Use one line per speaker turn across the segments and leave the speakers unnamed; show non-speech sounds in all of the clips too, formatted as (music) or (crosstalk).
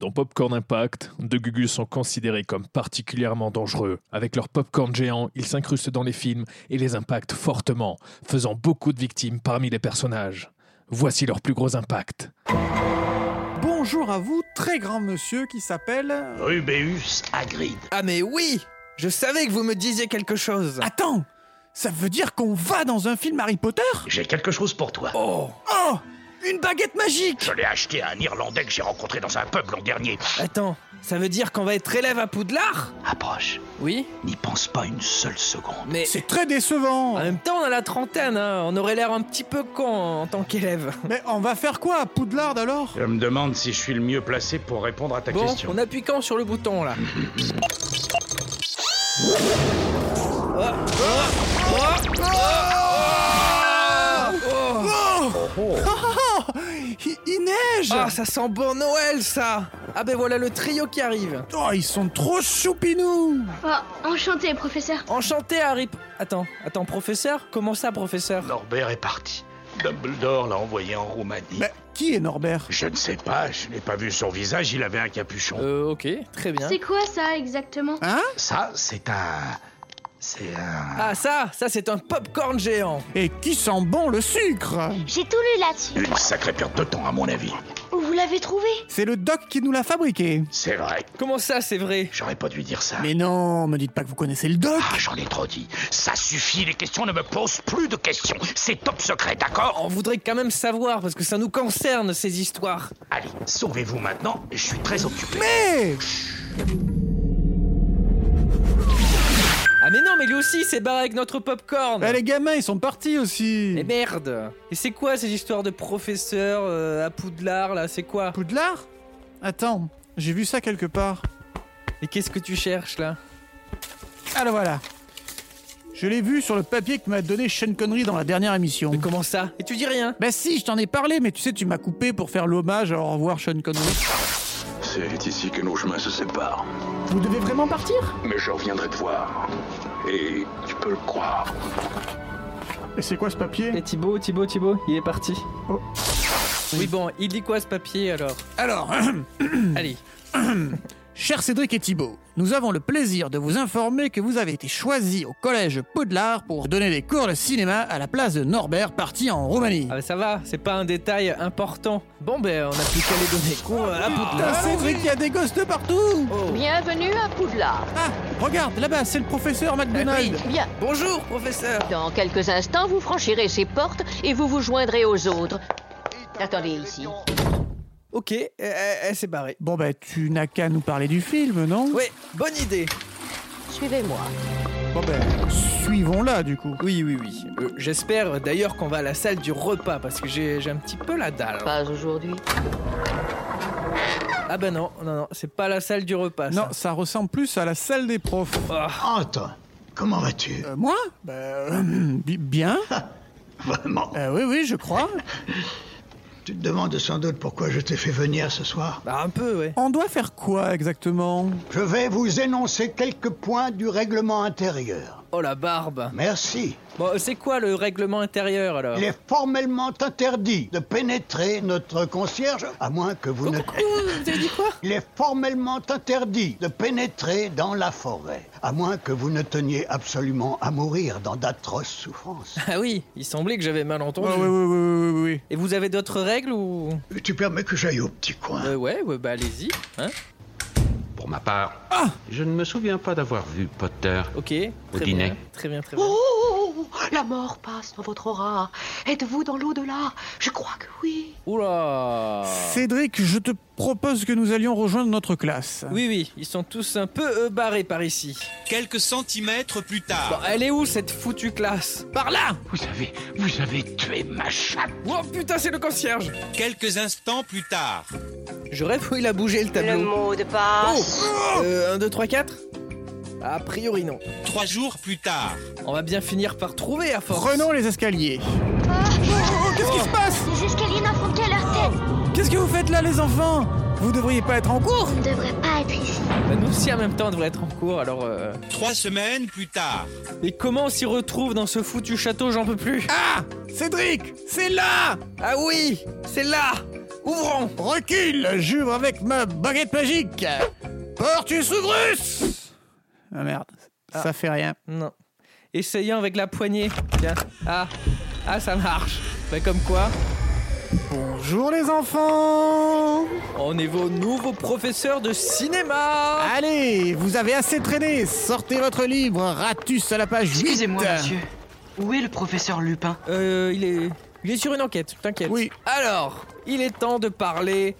Dans Popcorn Impact, deux Gugus sont considérés comme particulièrement dangereux. Avec leur popcorn géant, ils s'incrustent dans les films et les impactent fortement, faisant beaucoup de victimes parmi les personnages. Voici leurs plus gros impacts.
Bonjour à vous, très grand monsieur qui s'appelle...
Rubéus Hagrid.
Ah mais oui Je savais que vous me disiez quelque chose
Attends Ça veut dire qu'on va dans un film Harry Potter
J'ai quelque chose pour toi.
Oh
Oh Une baguette magique
Je l'ai acheté à un Irlandais que j'ai rencontré dans un pub l'an dernier.
Attends, ça veut dire qu'on va être élève à Poudlard
Approche.
Oui
N'y pense pas une seule seconde.
Mais
C'est très décevant
en même temps on a la trentaine, hein. on aurait l'air un petit peu con en tant qu'élève.
Mais on va faire quoi à Poudlard alors
Je me demande si je suis le mieux placé pour répondre à ta
Bon,
question.
on appuie quand sur le bouton là
Oh, Il, il neige
Ah ça sent bon Noël ça Ah ben voilà le trio qui arrive
Oh, ils sont trop choupinous
Ah, enchanté, professeur.
Enchanté Harry P- Attends, attends professeur Comment ça professeur
Norbert est parti. Dumbledore l'a envoyé en Roumanie.
Mais qui est Norbert
Je ne sais pas, je n'ai pas vu son visage, il avait un capuchon.
Euh ok, très bien.
C'est quoi ça exactement
Hein
Ça, c'est un. C'est un.
Ah ça, ça c'est un popcorn géant
Et qui sent bon le sucre
J'ai tout lu là-dessus.
Une sacrée perte de temps, à mon avis.
Vous l'avez trouvé
C'est le doc qui nous l'a fabriqué.
C'est vrai,
Comment ça c'est vrai
j'aurais pas dû dire ça.
Mais non, me dites pas que vous connaissez le doc
Ah, j'en ai trop dit. Ça suffit, les questions ne me posent plus de questions. C'est top secret, d'accord
On voudrait quand même savoir parce que ça nous concerne ces histoires.
Allez, sauvez-vous maintenant, je suis très occupé.
Mais
Ah mais non, mais lui aussi il s'est barré avec notre popcorn.
Eh, Les gamins, ils sont partis aussi
Mais merde Et c'est quoi ces histoires de professeur euh, à Poudlard là C'est quoi
Poudlard Attends, j'ai vu ça quelque part.
Et qu'est-ce que tu cherches là
Ah le voilà. Je l'ai vu sur le papier que m'a donné Sean Connery dans la dernière émission.
Mais comment ça Et tu dis rien
Bah si, je t'en ai parlé, mais tu sais, tu m'as coupé pour faire l'hommage à Au revoir Sean Connery.
C'est ici que nos chemins se séparent.
Vous devez vraiment partir
Mais je reviendrai te voir. Et tu peux le croire.
Et c'est quoi ce papier
Et Eh, Thibaut, Thibaut, Thibaut, il est parti.
Oh. Oui bon, il dit quoi ce papier alors
Alors, (clears throat)
Hmm.
Allez.
Cher Cédric et Thibault, nous avons le plaisir de vous informer que vous avez été choisi au collège Poudlard pour donner des cours de cinéma à la place de Norbert parti en Roumanie.
Ah bah ça va, c'est pas un détail important. Bon ben on a plus qu'à les donner cours
Ah,
à
Putain,
Poudlard. Oh.
Cédric, il y a des gosses de partout
Bienvenue à Poudlard.
Ah, regarde, là-bas, c'est le professeur
Eh
McDonald
Bien.
Bonjour professeur
Dans quelques instants, vous franchirez ces portes et vous vous joindrez aux autres. Attendez ici.
Ok, euh, euh, elle s'est barrée.
Bon bah, tu n'as qu'à nous parler du film, non
Ouais, bonne idée
Suivez-moi.
Bon bah, suivons-la, du coup.
Oui, oui, oui. Euh, J'espère euh, d'ailleurs qu'on va à la salle du repas parce que j'ai j'ai un petit peu la dalle.
Pas aujourd'hui.
Ah bah non, non, non, c'est pas la salle du repas. ça.
Non, ça ressemble plus à la salle des profs.
Anton, Ah, comment vas-tu
Euh, moi Bah, euh, bi- bien.
Vraiment
Euh, oui, oui, je crois.
Tu te demandes sans doute pourquoi je t'ai fait venir ce soir.
Bah un peu, ouais.
On doit faire quoi, exactement
Je vais vous énoncer quelques points du règlement intérieur.
Oh la barbe
Merci.
Bon, euh, c'est quoi le règlement intérieur alors
Il est formellement interdit de pénétrer notre concierge, à moins que vous ne...
Oh, Vous avez dit quoi
Il est formellement interdit de pénétrer dans la forêt, à moins que vous ne teniez absolument à mourir dans d'atroces souffrances.
Ah oui, il semblait que j'avais mal entendu.
Ah, oui, oui, oui, oui, oui.
Et vous avez d'autres règles ou
Euh, Tu permets que j'aille au petit coin
Euh, Ouais, ouais, bah allez-y. Hein Ah
Pour ma part, je ne me souviens pas d'avoir vu Potter.
ok, très
Au
bien.
dîner.
Très bien, très bien.
Oh La mort passe dans votre aura. Êtes-vous dans l'au-delà Je crois que oui.
Oula
Cédric, je te propose que nous allions rejoindre notre classe.
Oui, oui, ils sont tous un peu euh, barrés par ici.
Quelques centimètres plus tard.
Bon, elle est où cette foutue classe Par là
Vous avez... vous avez tué ma chatte
Oh putain, c'est le concierge
Quelques instants plus tard.
Je rêve où il a bougé le
Le
tableau.
mot de passe.
Oh euh, 1, 2, 3, 4 A priori, non.
Trois jours plus tard.
On va bien finir par trouver à force.
Prenons les escaliers. Oh,
oh,
qu'est-ce qui se passe
Les escaliers n'affrontaient leur tête.
Qu'est-ce que vous faites là, les enfants Vous devriez pas être en cours
Ils ne devraient pas être ici.
Bah, nous aussi, en même temps, on devrait être en cours, alors... euh,
Trois semaines plus tard.
Mais comment on s'y retrouve dans ce foutu Ah, château J'en peux plus.
Ah Cédric, c'est là
Ah oui C'est là
Ouvrons Recule J'ouvre avec ma baguette magique Portus Ouvrus Ah merde, ça fait rien.
Non. Essayons avec la poignée. Tiens. Ah. Ah, ça marche. Bah, comme quoi,
Bonjour les enfants
on est vos nouveaux professeurs de cinéma.
Allez, vous avez assez traîné Sortez votre livre, Ratus à la page 8
Excusez-moi, monsieur. Où est le professeur Lupin
Euh, il est. Il est sur une enquête, t'inquiète.
Oui.
Alors, il est temps de parler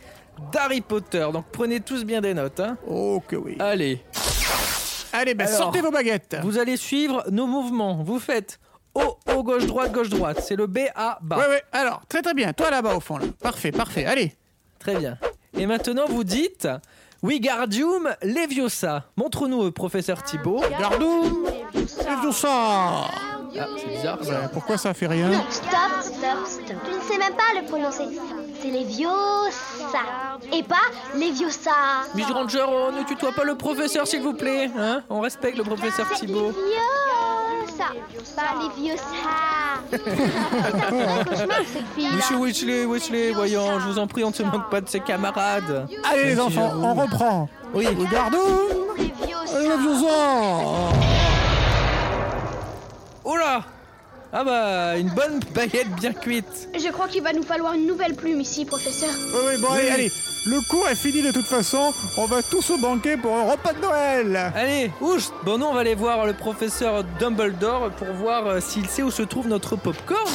d'Harry Potter. Donc, prenez tous bien des notes. Hein.
Oh que oui
Allez.
Allez, ben
alors,
sortez vos baguettes
Vous allez suivre nos mouvements. Vous faites haut, haut, gauche, droite, gauche, droite. C'est le B, A, bas.
Ouais, ouais, alors, très très bien. Toi là-bas au fond, là. Parfait, parfait. Allez
Très bien. Et maintenant, vous dites Wigardium um, Leviosa. Montre-nous, euh, professeur Thibault.
Gardou Et tout ça
Ah, c'est bizarre. ça.
Ben, Pourquoi ça fait rien
Stop, stop, stop. Tu ne sais même pas le prononcer. C'est les Leviosa. Et pas les Leviosa.
Miss Ranger, on ne tutoie pas le professeur, s'il vous plaît. Hein on respecte le professeur
C'est les
Thibault.
Leviosa. Pas les (laughs) Leviosa. C'est un vrai cauchemar, cette fille.
Monsieur Weasley, Weasley, voyons, je vous en prie, on ne se manque pas de ses camarades.
Allez les enfants, on reprend
Oui,
Gardou Allez, lève-toi-en.
Oh là Ah bah, une bonne baguette bien cuite.
Je crois qu'il va nous falloir une nouvelle plume ici, professeur.
Oui, oui, bon, allez, allez Le cours est fini de toute façon. On va tous au banquet pour un repas de Noël
Allez, ouch Bon, nous, on va aller voir le professeur Dumbledore pour voir euh, s'il sait où se trouve notre popcorn.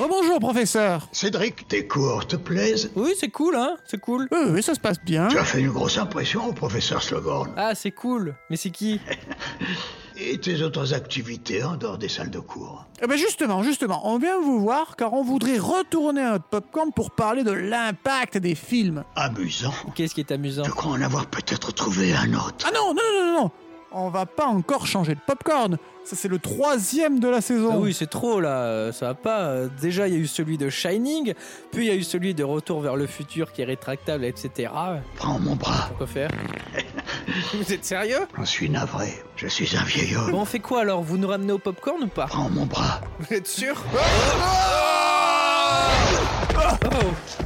Oh, bonjour, professeur
Cédric, tes cours te plaisent
Oui, c'est cool, hein C'est cool.
Oui, oui, ça se passe bien.
Tu as fait une grosse impression au professeur Slogorn.
Ah, c'est cool. Mais c'est qui
Et tes autres activités en dehors des salles de cours
Eh ben justement, justement, on vient vous voir car on voudrait retourner à notre popcorn pour parler de l'impact des films.
Amusant.
Qu'est-ce qui est amusant
Je crois en avoir peut-être trouvé un autre.
Ah non, non, non, non, non On va pas encore changer de popcorn. Ça, c'est le troisième de la saison.
Ah oui, c'est trop là, euh, ça va pas. Euh, Déjà, il y a eu celui de Shining, puis il y a eu celui de Retour vers le futur qui est rétractable, etc.
Prends mon bras.
Quoi faire Vous êtes sérieux
J'en suis navré. Je suis un vieil homme.
Bon, on fait quoi alors Vous nous ramenez au popcorn ou pas
Prends mon bras.
Vous êtes sûr
Ah
Oh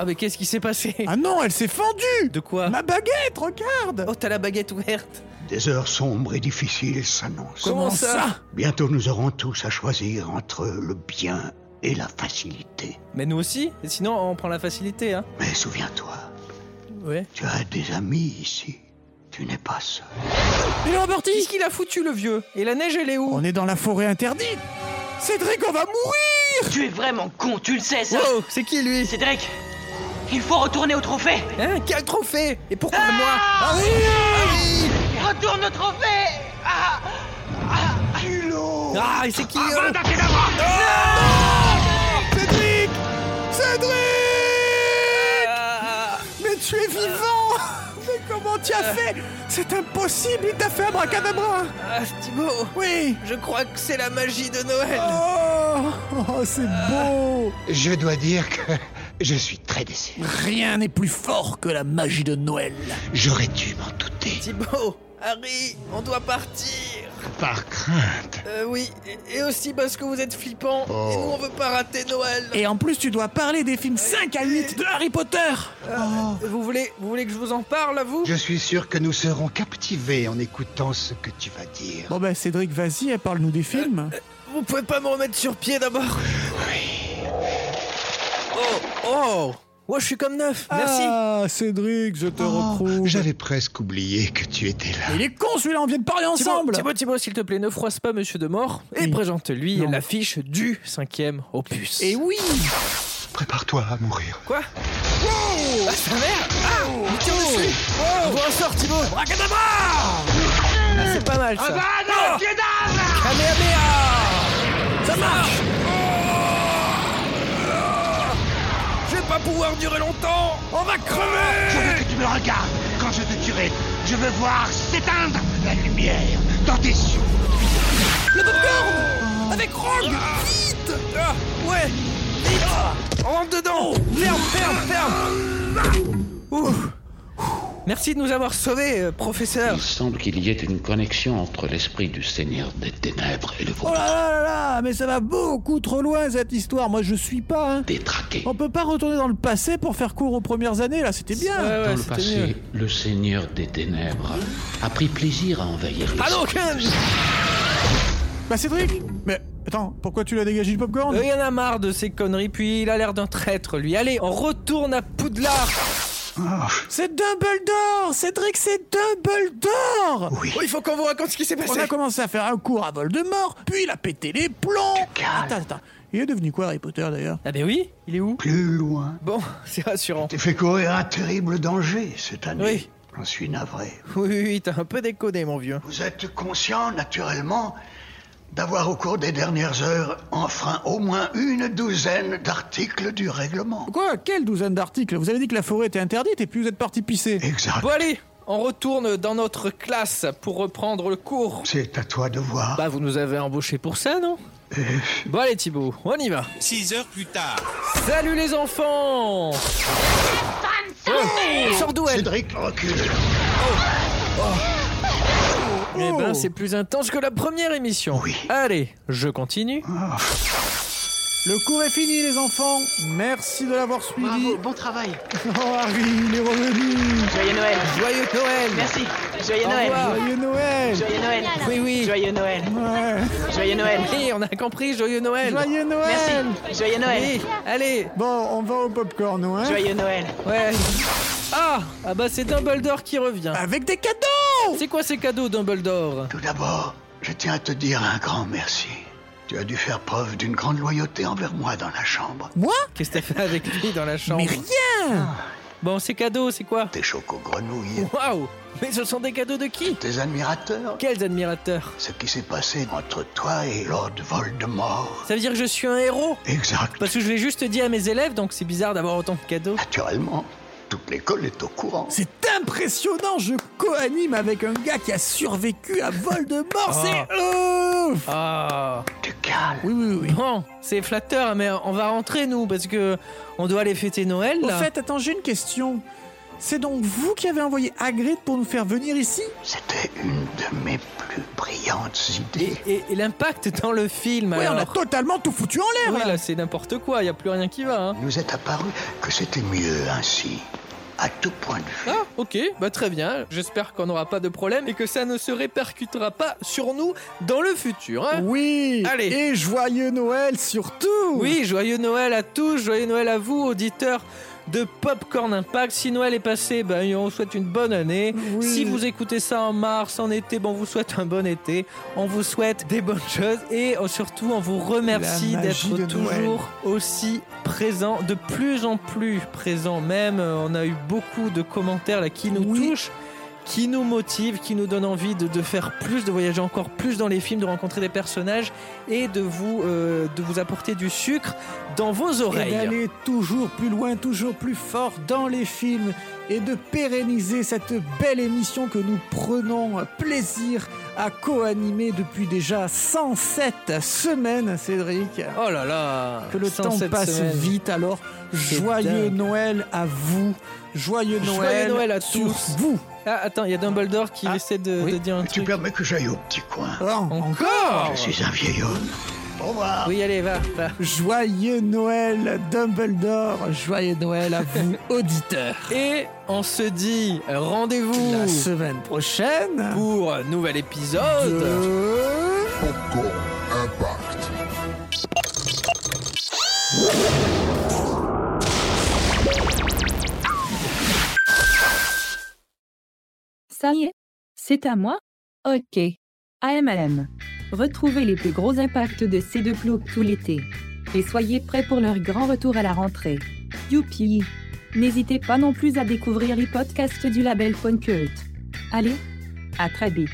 Ah mais qu'est-ce qui s'est passé
Ah non, elle s'est fendue
De quoi
Ma baguette, regarde
Oh t'as la baguette ouverte
Des heures sombres et difficiles s'annoncent.
Comment ça
Bientôt nous aurons tous à choisir entre le bien et la facilité.
Mais nous aussi et Sinon on prend la facilité hein
Mais souviens-toi,
Ouais
tu as des amis ici. Tu n'es pas seul.
Il est reparti
Qu'est-ce qu'il a foutu le vieux Et la neige elle est où
On est dans la forêt interdite Cédric, on va mourir
Tu es vraiment con, tu le sais ça
Wow C'est qui lui
Cédric Il faut retourner au trophée
Hein Quel trophée Et pourquoi moi
Ah Retourne au trophée Ah bah,
Ah et c'est qui euh
Cédric Cédric
Ah
Mais tu es vivant (laughs) Mais comment tu
Euh.
as fait C'est impossible, il t'a fait un bracadabra
Ah, Thibaut
Oui
Je crois que c'est la magie de Noël
Oh, oh, c'est beau
Euh. Je dois dire que (laughs) je suis très déçu.
Rien n'est plus fort que la magie de Noël.
J'aurais dû m'en douter.
Thibaut Harry, on doit partir
Par crainte.
Euh, oui, et- et aussi parce que vous êtes flippant,
Oh.
et nous on veut pas rater Noël
Et en plus, tu dois parler des films 5 à 8 de Harry Potter Oh.
Vous voulez, vous voulez que je vous en parle à vous
Je suis sûr que nous serons captivés en écoutant ce que tu vas dire.
Bon ben Cédric, vas-y, parle-nous des
Euh,
films.
Vous pouvez pas me remettre sur pied d'abord Oh, oh Ouais, je suis comme neuf, merci
Ah, Cédric, je te retrouve.
Oh, J'avais presque oublié que tu étais là.
Il est con celui-là, on vient de parler
Thibaut,
ensemble
Thibaut, Thibaut, s'il te plaît, ne froisse pas Monsieur de Mort et
Oui.
présente-lui
Non.
l'affiche du cinquième opus.
Et oui
Prépare-toi à mourir.
Quoi Ah, sa mère Ah Il tire dessus Bon, on sort, Thibaut Ah, C'est pas mal, ça
bah,
Oh Kamehameha Ça marche Je vais pas pouvoir durer longtemps On va crever
Je veux que tu me regardes quand je te tuerai. Je veux voir s'éteindre la lumière dans tes yeux.
Le popcorn Avec Rogue Vite Ah, Ouais Vite On rentre dedans Ferme, ferme, ferme Ouh. Merci de nous avoir sauvés, euh, professeur.
Il semble qu'il y ait une connexion entre l'esprit du Seigneur des Ténèbres et le
Oh
vôtre.
là là là là, mais ça va beaucoup trop loin cette histoire. Moi je suis pas. Hein.
Détraqué.
On peut pas retourner dans le passé pour faire court aux premières années là. C'était bien.
Euh.
Dans le passé, le Seigneur des Ténèbres a pris plaisir à envahir les
Allô, Ken Bah Cédric Mais attends, pourquoi tu l'as dégagé du popcorn
Euh, Il y en a marre de ces conneries, puis il a l'air d'un traître, lui. Allez, on retourne à Poudlard
C'est Dumbledore Cédric, c'est Dumbledore
Oui.
Oh, Il faut qu'on vous raconte ce qui s'est
On
passé
a commencé à faire un cours à Voldemort, puis il a pété les plombs Attends, attends. Il est devenu quoi Harry Potter d'ailleurs
Ah ben oui, il est où
Plus loin.
Bon, (laughs) c'est rassurant.
T'es fait courir un terrible danger cette année.
Oui.
J'en suis navré.
Oui, oui, oui, t'as un peu déconné, mon vieux.
Vous êtes conscient, naturellement, d'avoir au cours des dernières heures enfreint au moins une douzaine d'articles du règlement.
Quoi Quelle douzaine d'articles Vous avez dit que la forêt était interdite et puis vous êtes parti pisser.
Exact.
Bon allez, on retourne dans notre classe pour reprendre le cours.
C'est à toi de voir.
Bah, vous nous avez embauché pour ça,
(laughs)
non Bon allez, Thibaut, on y va.
Six heures plus tard.
Salut les enfants Oh, Sors d'où elle
Cédric, recule.
Eh ben, c'est plus intense que la première émission.
Oui.
Allez, je continue.
Ah. Le cours est fini les enfants Merci de l'avoir suivi
Bravo, bon travail.
(laughs) Oh Harry, il est revenu
Joyeux Noël.
Joyeux Noël
Merci. Joyeux
Au
Noël.
revoir.
Joyeux Noël
Joyeux Noël.
Oui, oui.
Joyeux Noël.
Ouais.
Joyeux Noël.
Oui, on a compris, joyeux Noël
Joyeux
Merci.
Noël
Joyeux Noël.
Oui, allez
Bon, on va au popcorn, nous, hein
Joyeux Noël.
Ouais Ah Ah bah c'est Dumbledore qui revient
Avec des cadeaux
C'est quoi ces cadeaux, Dumbledore
Tout d'abord, Oh, je tiens à te dire un grand merci. Tu as dû faire preuve d'une grande loyauté envers moi dans la chambre.
Moi
Qu'est-ce que t'as fait avec lui dans la chambre Ah.
Mais rien
Bon, ces cadeaux, c'est quoi
Tes chocos-grenouilles,
Waouh Mais ce sont des cadeaux de qui
tes admirateurs,
Quels admirateurs
ce qui s'est passé entre toi et Lord Voldemort.
Ça veut dire que je suis un héros
Exact.
Parce que je l'ai juste dit à mes élèves, donc c'est bizarre d'avoir autant de cadeaux.
Naturellement, toute l'école est au courant.
C'est impressionnant, je co-anime avec un gars qui a survécu à Voldemort, c'est ouf
Ah
Tu calmes.
Oui, oui, oui.
Bon, c'est flatteur, mais on va rentrer, nous, parce que on doit aller fêter Noël,
Au
là.
fait, attends, j'ai une question. C'est donc vous qui avez envoyé Hagrid pour nous faire venir ici
C'était une de mes plus brillantes idées.
Et, et l'impact dans le film,
Ouais,
Bah alors.
on a totalement tout foutu en l'air,
Oui,
là.
là, c'est n'importe quoi, y a plus rien qui va, hein.
Il nous est apparu que c'était mieux ainsi, à tout point de vue.
Ah, ok, bah très bien. J'espère qu'on n'aura pas de problème et que ça ne se répercutera pas sur nous dans le futur. hein.
Oui
Allez.
Et joyeux Noël, surtout
Oui, joyeux Noël à tous, joyeux Noël à vous, auditeurs de Popcorn Impact. Si Noël est passé, ben, on vous souhaite une bonne année.
Oui.
Si vous écoutez ça en mars, en été, bon, on vous souhaite un bon été. On vous souhaite des bonnes choses et euh, surtout, on vous remercie
La magie de
d'être
Noël.
toujours aussi présent, de plus en plus présent même. Euh, On a eu beaucoup de commentaires là, qui nous
Oui.
touchent qui nous motive, qui nous donne envie de, de faire plus, de voyager encore plus dans les films, de rencontrer des personnages et de vous, euh, de vous apporter du sucre dans vos
et
oreilles.
d'aller toujours plus loin, toujours plus fort dans les films et de pérenniser cette belle émission que nous prenons plaisir à co-animer depuis déjà 107 semaines, Cédric.
Oh là là
Que le temps
107
passe
semaines.
vite, alors
C'est
joyeux
dingue.
Noël à vous. Joyeux
Joyeux
Noël,
Noël à
sur
tous.
vous.
Ah, attends, il y a Dumbledore qui
Ah,
essaie de,
oui.
de dire un
Tu
truc.
permets que j'aille au petit coin.
Oh,
Encore
Je suis un vieil homme. Au revoir.
Oui, allez, va, va.
Joyeux Noël, Dumbledore. Joyeux Noël à vous, (laughs) auditeurs.
Et on se dit
La
rendez-vous
semaine prochaine.
pour un nouvel épisode.
de-
Popcorn Impact.
Ça y est, c'est à moi Ok. AMM. Retrouvez les plus gros impacts de ces deux plots tout l'été. Et soyez prêts pour leur grand retour à la rentrée. Youpi N'hésitez pas non plus à découvrir les podcasts du label Cult. Allez, à très vite